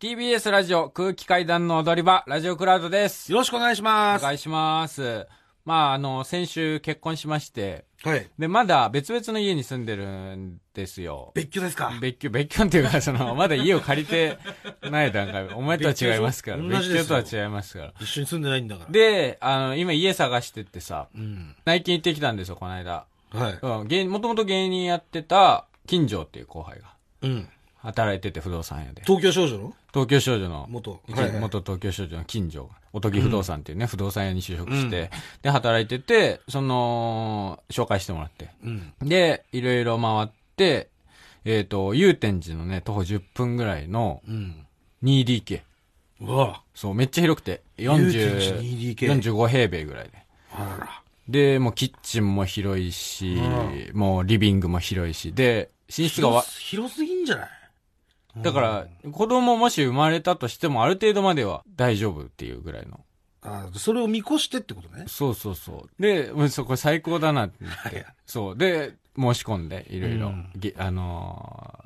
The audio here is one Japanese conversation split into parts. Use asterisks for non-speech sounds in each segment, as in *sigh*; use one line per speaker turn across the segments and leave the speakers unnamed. TBS ラジオ空気階段の踊り場、ラジオクラウドです。
よろしくお願いし
お
ます。は
願いします。まあ、あの、先週結婚しまして、
い。
で、まだ別々の家に住んでるんですよ。
別居ですか
別居、別居っていうか、その、まだ家を借りてない段階。お前とは違いますから。
別居で
別
しょ
居とは違いますから。
一緒に住んでないんだから。
で、あの、今家探してってさ、
うん。
内見行ってきたんですよ、この間。
はい。
うん、芸もともと芸人やってた、金城っていう後輩が。
うん。
働いてて不動産屋で。
東京少女の
東京少女の、
元
一
はいはい
元東京少女の近所が、おとぎ不動産っていうね、不動産屋に就職して、で、働いてて、その、紹介してもらって。
うん。
で、いろいろ回って、えっ、と、祐天寺のね、徒歩10分ぐらいの
うん。
2DK。
うわ
そう、めっちゃ広くて、
祐天寺
40
2DK
45平米ぐらいで。
あらら。
で、もうキッチンも広いし、もうリビングも広いし、で、寝室がわ
広、す広すぎんじゃない
だから、子供もし生まれたとしても、ある程度までは大丈夫っていうぐらいの。
あそれを見越してってことね。
そうそうそう。で、うんそこ最高だなって言って。そう。で、申し込んで、いろいろ
うん、
げあの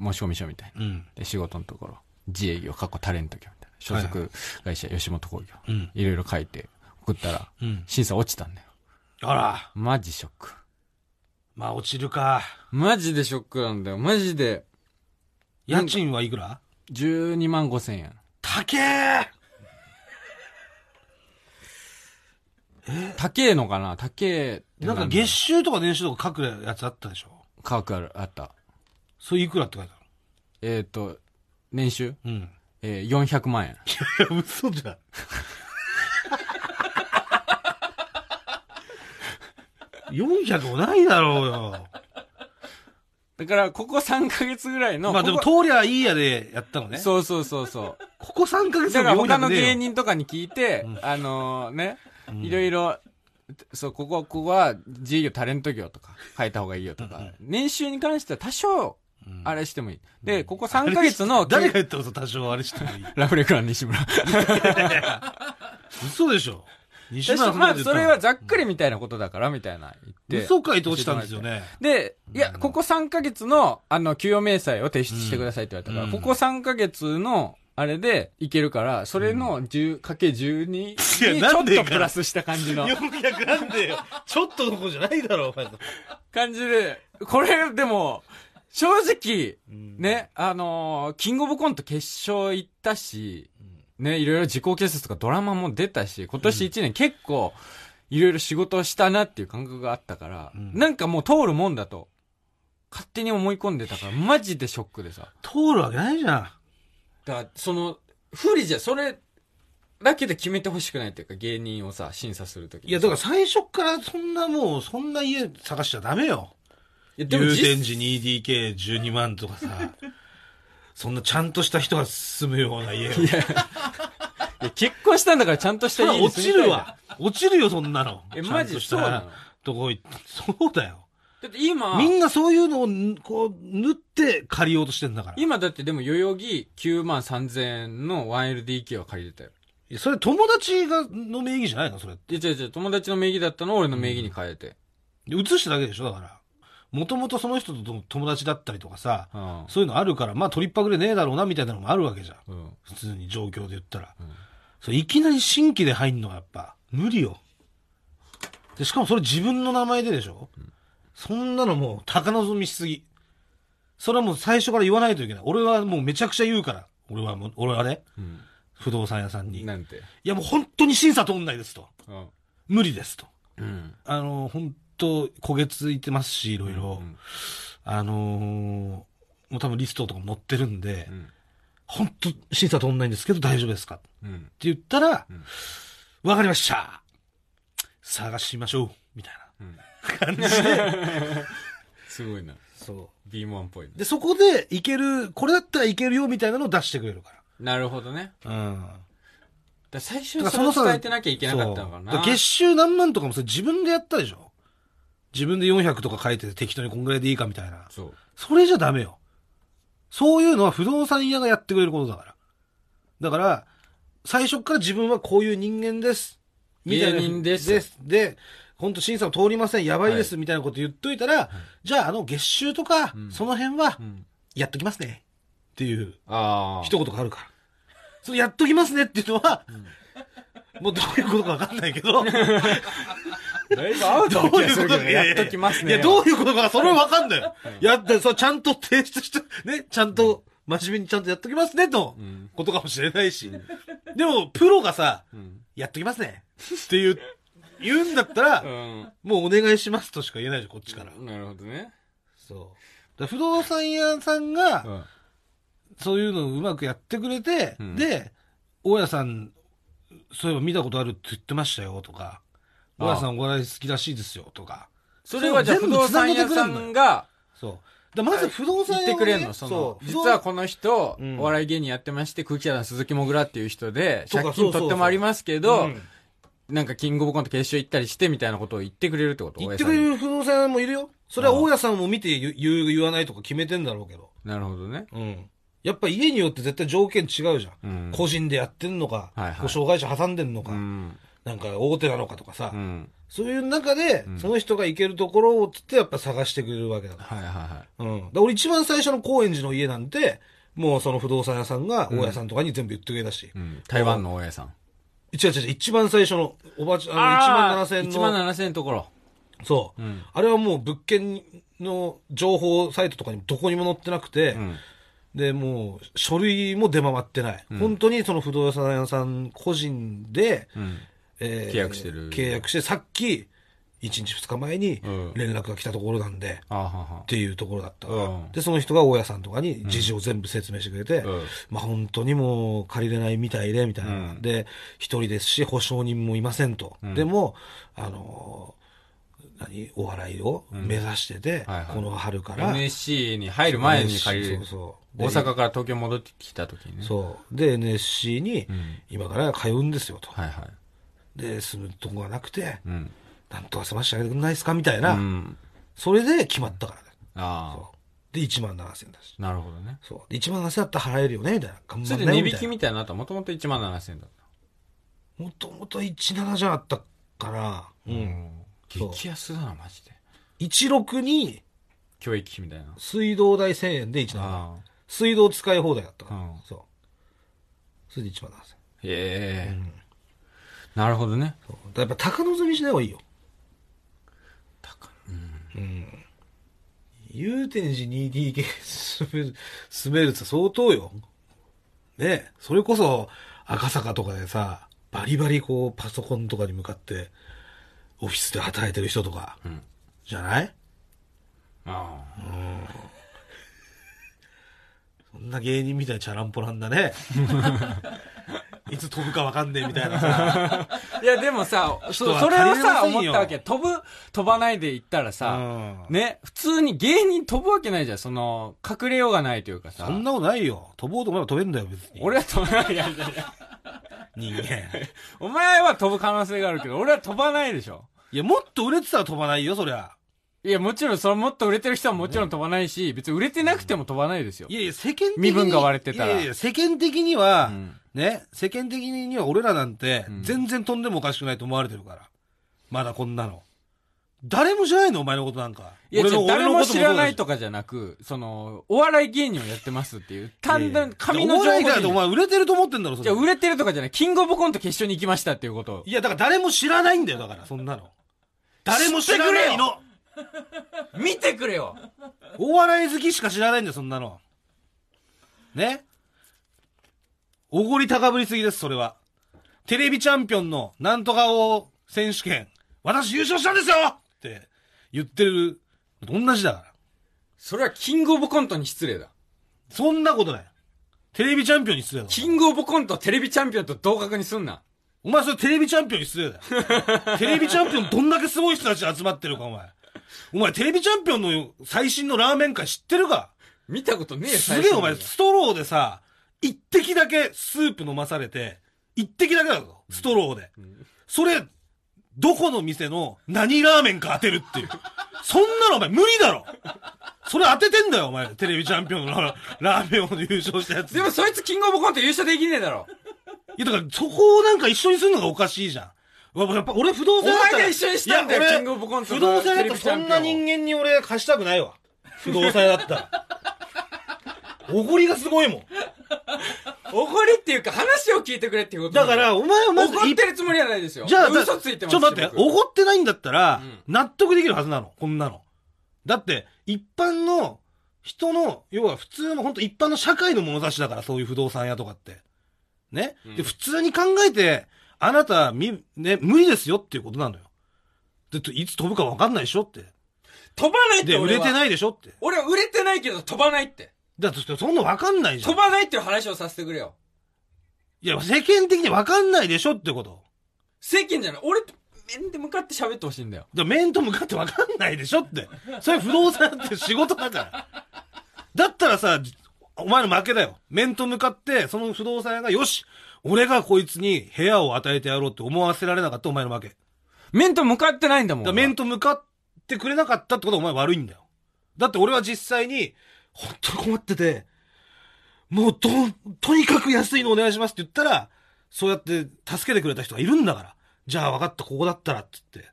ー申し込み書みたいな。
うん。
で、仕事のところ、自営業、過去タレント業みたいな。所
は
属会社、吉本興業。
うん。
いろいろ書いて、送ったら、
うん。
審査落ちたんだよ。
あら。
マジショック。
まあ落ちるか。
マジでショックなんだよ。マジで、
家賃はいくら
12万5千円。
高え
高えのかな高えって
なんか月収とか年収とか書くやつあったでしょ
価格ある、あった。
それいくらって書いてあ
えっ、と、年収
るうん。
えー、400万円。
いや、嘘じゃん。400もないだろうよ。
だから、ここ3ヶ月ぐらいの。
まあでも、
ここ
通りゃいいやでやったのね。
そうそうそうそ
ここ3ヶ
う。
月で
*laughs* だから
も
他の
400ねえよ
芸人とかに聞いて、あのね、いろいろ、そう、ここ、ここは自営業、タレント業とか、変えた方がいいよとか、年収に関しては多少、あれしてもいい。で、ここ3ヶ月の、
誰が言ったこと多少あれしてもいい。
*laughs* ラフレクラン西村。
嘘でしょ。西村さん
まあ、
だって言った
そ
の
れはざっくりみたいなことだから、みたいな言って。
嘘書いて落ちたんです
*laughs*
よね。
で、いや、ここ3ヶ月の、あの、給与明細を提出してくださいって言われたから、
うん
ここ3ヶ月の、あれでいけるから、それの10、かけ12に、ち
いやな
ょっ
んでか
とプラスした感じの、
400なんでよ。ちょっとの子じゃないだろう、お前。
感じで、これ、でも、正直、ね、あのーキングオブコント決勝行ったし、ね、いろいろ自己決説とかドラマも出たし、今年1年結構、いろいろ仕事をしたなっていう感覚があったから、
うん
なんかもう通るもんだと、勝手に思い込んでたから、マジでショックでさ。
通るわけないじゃん。
だから、その、不利じゃん、それ、だけで決めてほしくないっていうか、芸人をさ、審査するとき
いや、だから最初からそんなもう、そんな家探しちゃダメよ。
ら、でも
祐
*laughs*
天
実
寺 2DK12 万とかさ、 *laughs* そんなちゃんとした人が住むような
*laughs*
家よ。
いや結婚したんだからちゃんとし
そ
た
れ
家
は
に
*laughs* 落
住
ち
みたい
る
な
わ。落ちるよ、そんなの。
え、
ちゃ
マ
んと
ジ
した
そうなの
とこ行ってそうだよ。
だって今、
みんなそういうのをん、こう、縫って借りようとしてんだから。い
今だってでも代々木9万3000円の 1LDK は借りてたよ。
やそれ友達が、の名義じゃないのそれって。
いや違う違う、友達の名義だったのを俺の名義に変えて。
移しただけでしょだから。もともとその人と友達だったりとかさ、
うん。
そういうのあるから、まあ取りっぱぐれねえだろうな、みたいなのもあるわけじゃん。
うん。
普通に状況で言ったら。
うん
それいきなり新規で入んのはやっぱ無理よ。で、しかもそれ自分の名前ででしょ、そんなのもう高望みしすぎ。それはもう最初から言わないといけない。俺はもうめちゃくちゃ言うから。俺はもう、俺はね、
うん。
不動産屋さんに。い
なんて。
やもう本当に審査通んないですと。
うん。
無理ですと。
うん。
あの、本当焦げついてますし、いろいろ。
うん
あのーもう多分リストとかも載ってるんで、
うん。
本当審査通んないんですけど大丈夫ですか
うん。
って言ったら、わ、
ん
かりました探しましょうみたい
うん。
な感じ
*laughs*
で。
すごいな。
そ
B1 っぽいね
う。で、そこでいける、これだったらいけるよみたいなのを出してくれるか
なるほどね。
ら。うん。
だから最初にそれを伝えてなきゃいけなかったのかな。
そうだら月収何万とかもそれ自分でやったでしょ自分で400とか書いて適当にこんぐらいでいいかみたいな。
そう。
それじゃダメよ。そういうのは不動産屋がやってくれることだから。だから、最初から自分はこういう人間です。みたいな。
芸人です
です。で、本当審査を通りません。やばいです。みたいなこと言っといたら、じゃあ、あの、月収とか、
うん
その辺は
う、ん。
やっときますね。っていう
ああ。
一言があるから。それやっときますねっていうのは、もうどういうことかわかんないけど、どういう
だいぶアウトな
こ
気が
と
するけど、やっときますね。
いや、どういうことか、それはわかんないよ。やって、そう、ちゃんと提出して、ね、ちゃんと、真面目にちゃんとやっときますね、と、
うん
ことかもしれないし。でも、プロがさ、
うん。
やっときますね、っていう、言うんだったら
う、ん。
もうお願いしますとしか言えないじゃん、こっちから。
なるほどね。
そう。だから不動産屋さんが、そういうのをうまくやってくれて、
うん
で、大家さん、そういえば見たことあるって言ってましたよとか、
あ
大家さんお笑い好きらしいですよとか、
それはじゃあ不
そう全部
動
繋
産
げて
屋
くれ
さ
んのよ
んが
そう。だからまず不動産
言っ
屋
てくれん
がね
のその、
う
実はこの人
うん、
お笑い芸人やってまして、空気屋の鈴木もぐらっていう人で、
とか
借
そう
金
そうそう
とってもありますけ
不動
ど、なんかキングオブコント決勝行ったりしてみたいなことを言ってくれるってこと
言ってくれる不動産屋もいるよ。それは大家さんも見て言う、言う言わないとか決めてんだろうけど。
なるほどね。
うん。やっぱ家によって絶対条件違うじゃん。
うん。
個人でやってんのか、
はいはい
ご障害者挟んでんのか、
うん。
なんか大手なのかとかさ、
うん。
そういう中で、
うん
その人が行けるところをつってやっぱ探してくれるわけだから。
はいはいはい。
うん。だから俺一番最初の高円寺の家なんて、もうその不動産屋さんが
うん
大家さんとかに全部言ってくれたし。
うん台湾の大家さん。
違う違う違う、一番最初の、おばちゃん、あの、1万7000
1
の。
万7000のところ。
そう。
うん。
あれはもう物件の情報サイトとかにもどこにも載ってなくて、
うん。
で、もう書類も出回ってない。
うん
本当にその不動産屋さん個人で、
うん。
え
契約してる
契約して、さっき、1日2日前に
うん
連絡が来たところなんで、
あはは
っ。ていうところだったから、
うん
で、その人が大家さんとかに事情を全部説明してくれて、
うん
まあ本当にもう借りれないみたいで、みたいな。
うん
で、一人ですし、保証人もいませんと。
うん
でも、あのー何お笑いを目指してて、
はいはい
この春から。
NSC に入る前に借りる
そう。そう。
大
で
阪から東京戻ってきた時にね。
そう。で、NSC に
うん。
今から通うんですよと。
はいはい。
で、住むとこがなくて、
うん。
なんとか済ましてあげてくんないですかみたいうな。
ん。
それで決まったからね。
あ
で、1万7000だし。
あ。なるほどね。
そう。で、1万7000だったら払えるよねみたいな。頑張
そ
ん
れ
な
で
よ
値引
みたい
き
な。
みたいなのあったらもともと1万7000だっ
もともと17じゃなかったから、う
た。
ん。。そう
激安だな、マジで。
16に
教育費みたいな。
水道代1000円で17。
ああ。
水道使い放題だったから。
うん
そう。それで1万7000。
へえ
うん。
なるほどね。
そうだからやっぱ高望みしない方がいいよ。
高い。
うん。祐天寺 2DK 住める、 *laughs* 住めるって相当よ。ねえそれこそ赤坂とかでさ、バリバリこうパソコンとかに向かって、オフィスで働いてる人とか、
うん。
じゃない
ああ。
そんな芸人みたいなチャランポランだ *laughs* ね。いつ飛ぶかわかんねえみたいな *laughs* さ。
いや、でも *laughs* さ、
人は
そそれを
足りま
さ、
せんよ
思ったわけ。飛ぶ、飛ばないで行ったらさ、
うん
ね、普通に芸人飛ぶわけないじゃん。その、隠れようがないというかさ
そ。んなことないよ。飛ぼうと思えば飛べんだよ、別に。
俺は飛ばない。いやいやいや
人間。
お前は飛ぶ可能性があるけど、俺は飛ばないでしょ。
いや、もっと売れてたら飛ばないよ、そりゃ。
いや、もちろん、それもっと売れてる人はもちろん飛ばないし、別に売れてなくても飛ばないですよ
い。やいや、世間的に。
身分が割れてたら
いやいや、世間的には、
うん
ね、世間的には俺らなんて
うん、
全然飛んでもおかしくないと思われてるから。まだこんなの。誰も知らないのお前のことなんか。
いや、
俺
違
の
う誰も知らない。
俺のこともそうだし
とかじゃなく、その、お笑い芸人をやってますっていう、単
いやい
純、
や
紙の
お
情報
笑いだ
で
とお前売れてると思ってんだろ、そ
じゃ
れ
あ。売れてるとかじゃない。キングオブコント決勝に行きましたっていうことを。
いや、だから誰も知らないんだよ、だから、そんなの。誰も知らないの。
見てくれよ
お笑い好きしか知らないんだよ、そんなの。ねおごり高ぶりすぎです、それは。テレビチャンピオンのなんとかを選手権、私優勝したんですよって言ってるのと同じだから。
それはキングオブコントに失礼だ。
そんなことない。テレビチャンピオンに失礼だろ。
キングオブコントテレビチャンピオンと同格にすんな。
お前それテレビチャンピオンに失礼だよ。テレビチャンピオンどんだけすごい人たち集まってるか、お前。お前テレビチャンピオンの最新のラーメン会知ってるか
見たことねえよ、
すげえお前、
最初
ストローでさ、一滴だけスープ飲まされて、一滴だけだぞ、ストローで。それ、どこの店の何ラーメンか当てるっていう。そんなのお前無理だろそれ当ててんだよ、お前。テレビチャンピオンのララーメンを優勝したやつ。
にでもそいつキングオブコント優勝できねえだろ。
いや、だからそこをなんか一緒にするのがおかしいじゃん。わやっぱ俺不動産屋だった
お
ら
前が一緒にしたんだよ
いや俺
キングオブコントの
不動産屋だ
テレ
と
ビチャ
そ
ンピオン *laughs*
んな人間に俺貸したくないわ。不動産屋だったら。おごりがすごいもん。
おごりっていうか話を聞いてくれっていうこと
だから、
お
お前はまず
ごってるつもりはないですよ。
じゃあ、だ
嘘ついてます
ちょっと待って、
僕
おごってないんだったら
うん、
納得できるはずなの、こんなの。だって、一般の人の、要は普通の、本当一般の社会の物差しだから、そういう不動産屋とかって。ね、
うん
で、普通に考えて、あなた、み、ね、無理ですよっていうことなのよ。だって、いつ飛ぶか分かんないでしょって。
飛ばないって
で、売
俺
れ
は
てないでしょって。
俺は売れてないけど飛ばないって。
だって、そんな分かんないじゃん
飛。ばないっていう話をさせてくれよ。
いや、世間的に分かんないでしょってこと。
世間じゃない。俺と面で向かって喋ってほしいんだよ。
だから面と向かって分かんないでしょって。それ不動産って仕事だから。だったらさ、お前の負けだよ。面と向かって、その不動産屋が、よし俺がこいつに部屋を与えてやろうって思わせられなかったお前の負け。だか
面と向かってないんだもん。
ら面と向かってくれなかったってことはお前悪いんだよ。だって俺は実際に、本当に困ってて、もうどん、とにかく安いのお願いしますって言ったら、そうやって助けてくれた人がいるんだから。じゃあ分かった、ここだったらって言って。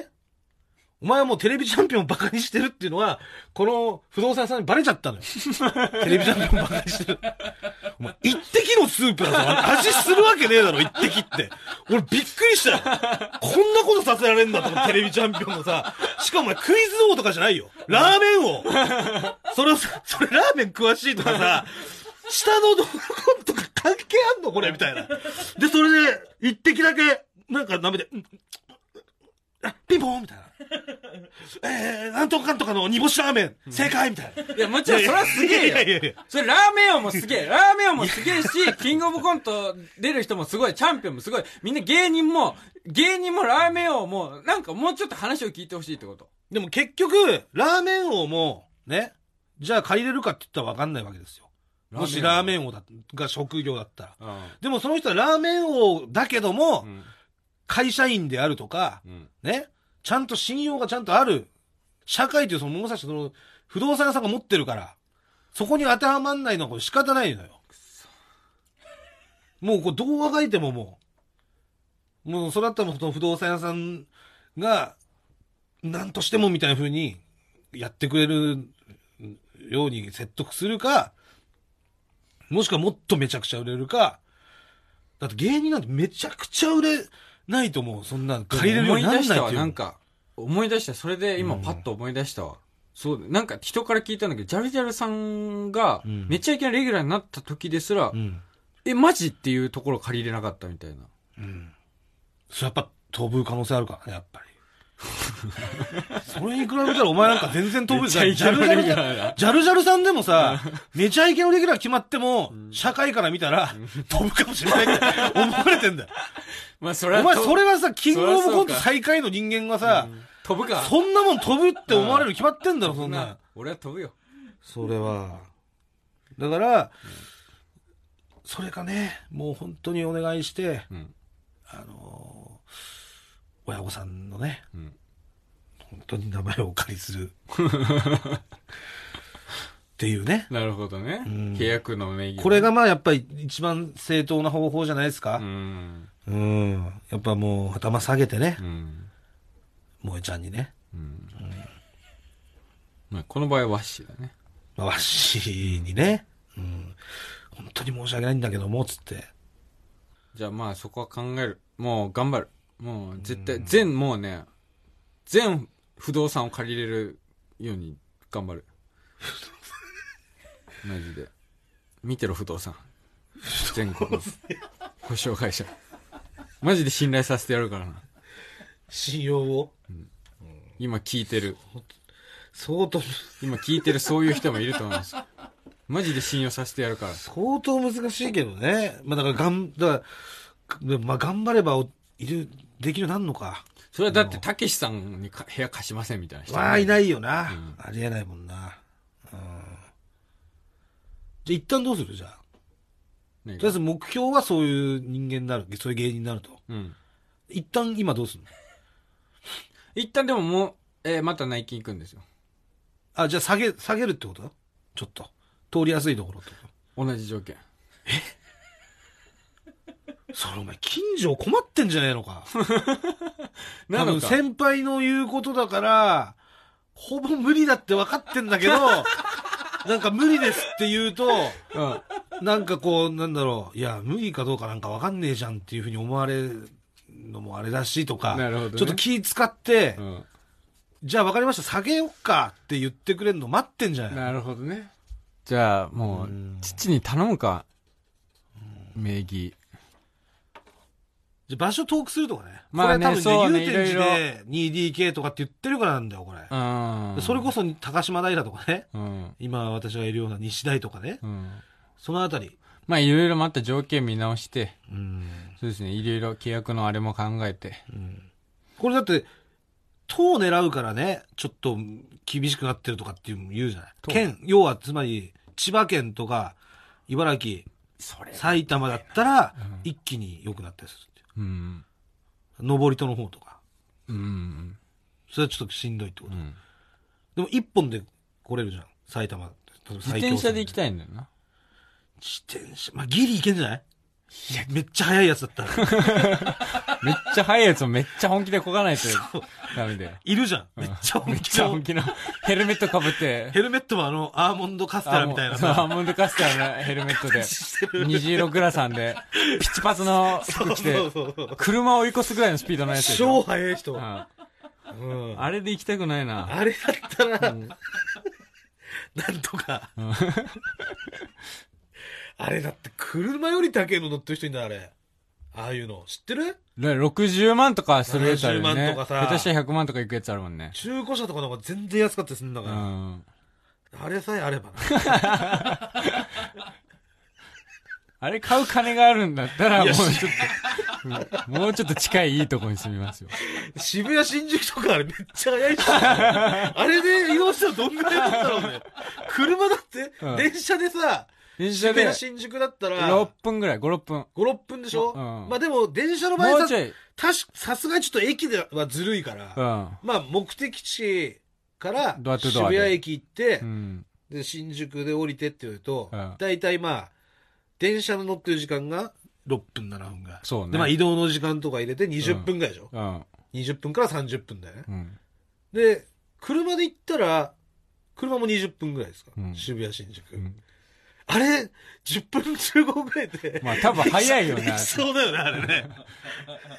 ねお前はもうテレビチャンピオンをバカにしてるっていうのは、この不動産屋さんにバレち
*laughs*
ゃったのよ。テレビチャンピオンをバカにしてる。お前、一滴のスープだぞ。味するわけねえだろ、一滴って。俺びっくりしたよ。こんなことさせられんだと思って、テレビチャンピオンのさ。しかもお前クイズ王とかじゃないよ。ラーメン王。それをさ、それラーメン詳しいとかさ、下のどことか関係あんのこれみたいな。で、それで、一滴だけ、なんか舐めて、うんあピンポンみたいな。えー、なんとかかんとかの煮干しラーメン、正解みたいな。
いや、もちろんそれはすげえよ。
いやいやいやいや
それラーメン王もすげえ。ラーメン王もすげえ
*laughs*
し、キングオブコント出る人もすごい、チャンピオンもすごい。みんな芸人も、芸人もラーメン王も、なんかもうちょっと話を聞いてほしいってこと。
でも結局、ラーメン王も、ね、じゃあ借りれるかって言ったら分かんないわけですよ。もしラーメ
ン
ン王だが職業だったら。
王。
でもその人はラーメン王だけども、
うん。
会社員であるとか、
うん。
ね、ちゃんと信用がちゃんとある、社会というその物差しその不動産屋さんが持ってるから、そこに当てはまんないのはこれ仕方ないのよ。もうこう動画がいてももう、もうそれだったらもうその不動産屋さんが、なんとしてもみたいな風にやってくれるように説得するか、もしくはもっとめちゃくちゃ売れるか、だって芸人なんてめちゃくちゃ売れないともうそんなん借りれるよ
思
うに
い
なんない
出
っ
したわ、
ていう
なんか。思い出した。それで今パッと思い出したわ。そう、なんか人から聞いたんだけど、ジャルジャルさんが、
うん
めっちゃいきなりレギュラーになった時ですら、
うん。
え、マジっていうところ借りれなかったみたいな。
うん。それやっぱ飛ぶ可能性あるからね、やっぱり。 *laughs* それに比べたらお前なんか全然飛ぶじゃん。
め
ジ
ちゃ
ャ
イケ
ル
メ
ジ
ン
ャル
レギュラーだ
ジャルジャルさんでもさ、めちゃイケのレギュラー決まっても、社会から見たら、飛ぶかもしれない
*laughs*
って思われてんだよ。
まあ、それは
お
と、
前それはさ、キングオブコン
そり
ト
ゃそうか
最下位の人間がさ、
飛ぶか。
そんなもん飛ぶって思われる決まってんだろ、そんな。
俺は飛ぶよ。
それは。だから、それかね、もう本当にお願いして、
うん。
あのー親御さんのね、
うん
本当に名前をお借りする。っていうね。
なるほどね。
ん
契約の名義、
これ。がまあやっぱり一番正当な方法じゃないです
う
か。
ん。
うん。やっぱもう頭下げてね
う、ん。
萌えちゃんにね。
うん。まあ、この場合はワッシーだね。
まあ、わしにね、うん。本当に申し訳ないんだけども、つって。
じゃあまあそこは考える。もう頑張る。もう絶対、全、もうね、全不動産を借りれるように頑張る。マジで。見てろ不動産。全国の保証会社。マジで信頼させてやるからな。
信用を。
今聞いてる。
相当、
今聞いてるそういう人もいると思います。マジで信用させてやるから。
相当難しいけどね。まあだから、がん、だから、まあ頑張ればお、いる、できるようになんのか。
それはだって、たけしさんにか部屋貸しませんみたいな人。
まあ、いないよな。
ん
ありえないもんな。うん。じゃあ、一旦どうするじゃあ。
ね
とりあえず目標はそういう人間になる。そういう芸人になると。
うん。
一旦今どうするの
一旦でももう、えーまたナイキ行くんですよ。
あ、じゃあ下げ、下げるってことちょっと。通りやすいところってこ
同じ条件。
と。それお前、近所困ってんじゃねえのか。
な
多
の
分
か。
先輩の言うことだから、ほぼ無理だって分かってんだけど、なんか無理ですって言うと、
うん。
なんかこう、なんだろう、いや、無理かどうかなんかわかんねえじゃんっていうふうに思われるのもあれだしとか、
なるほどね
ちょっと気使って、
うん。
じゃあわかりました、下げよっかって言ってくれるの待ってんじゃない
なるほどね。じゃあ、もう
うん、
父に頼むか。名義。
じゃあ場所遠くするとかね。
まあね
これ多
そう
分
ね
ね、祐天
い
寺
ろ
で 2DK とかって言ってるからなんだよ、これ。
うん。
それこそ高島平とかね。
そ。うん。
今私がいるような西大とかね。
うん。
そのあたり。
まあ、いろいろまた条件見直して、
うん。
そうですね、いろいろ契約のあれも考えて。
これだって、党を狙うからね、ちょっと厳しくなってるとかっていうのも言うじゃない。
党
県、要はつまり、千葉県とか、茨城、
それ
埼玉だったら、一気に良くなったりするってい
うん。
う。上り戸の方とか。
うん。
それはちょっとしんどいってこ
う
と。
ん。
でも一本で来れるじゃん。埼玉。例えば
自
埼京
転車で行き
線
たいんだよな。
自転車。まあ、ギリ行けんじゃないめっちゃ速いやつだ
*laughs*
ったら。
めっちゃ速いやつをめっちゃ本気でこがないとダメで。
いるじゃん。めっちゃ
め
本
っ
気
ちゃ
の
本。気のヘルメットかぶって。
ヘルメットもあの、アーモンドカステラみたいな
そう、ア
さ。
ーモンドカスターのヘルメットで。 *laughs*
してる
虹色グラサンで、ピチパツの
そ
服
う
着
そう
て、
そう。
車を追い越すぐらいのスピードのやつでし
超
ょ。
速い人。
う
うん
んあれで行きたくないな。
あれだったら、なんとか。 *laughs* あれだって車より高いの乗ってる人いんだ、あれ。ああいうの。知ってる
だから60万とかするやつあるよ
70
ね。
万とかさ
下手したら100万とか行くやつあるもんね。
中古車とかの方が全然安かったりするんだ
う
か
ん。
ら。あれさえあればな。
あれ買う金があるんだったら、
い
もう
や
ちょっと、うんもうちょっと近いいいとこに住みますよ。
渋谷、新宿とかあれめっちゃ速
*laughs*
いし、あれで移動したらどんぐらいだったろうね。車だって、
うん
電車でさ、
電車
渋
で
谷、新宿だったら
6、分ぐらい、5、6分。
5、6分でしょ、
うん
まあでも、電車の場
も
合
うち
さ
ょ、い。
確かさすがにちょっと駅ではずるいから、
うん。
まあ目的地から
ドアトゥ
渋
ドアで
谷駅行って、
うん。
で、新宿で降りてって言うと
うん、
大体まあ、電車の乗ってる時間が6分、7分ぐらい。
そうね
で、まあ移動の時間とか入れて20分ぐらいでしょ、
うん。
?20 分から30分だよね。
うん。
で、車で行ったら、車も20分ぐらいですか、
うん
渋谷、新宿。
うん
あれ、10分15ぐらいで。
まあ多分早いよ
で
な
き。 *laughs* そうだよね、あれね。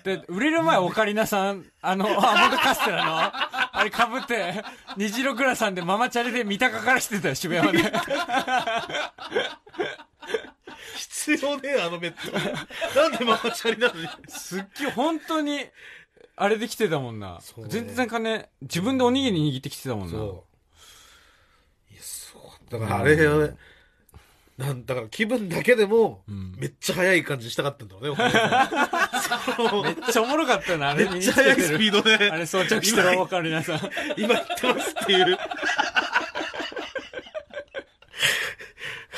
で、売れる前、オカリナさん、あの、アーモンドカステラの、あれ被って、虹色グラさんでママチャリで三鷹から来てたよ、渋谷まで。
必要ねえよ、あのベッド。なんでママチャリなの
*laughs*
に。
すっげえ、本当に、あれで来てたもんな
そう。ね
全然金、自分でおにぎり握ってきてたもんな。
そう。いや、そう。だからあれ、なんだから気分だけでも、
ん
めっちゃ速い感じしたかったんだろう *laughs* ね、お金さんその
めっちゃおもろかったな、あれ
めっちゃ速いスピード *laughs* で。
あれ装着してるオカリナさん。
今言ってますって *laughs* いう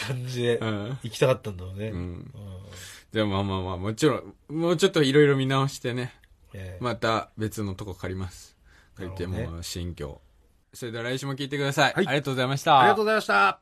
感じで
うん。
行きたかったんだろうね。
うん。
うん
じゃあまあまあまあ、もちろん、もうちょっといろいろ見直してね。
ええ
また別のとこ借ります。借りて、
なるほどね
もう新居。それでは来週も聞いてください。
はい
ありがとうございました。
ありがとうございました。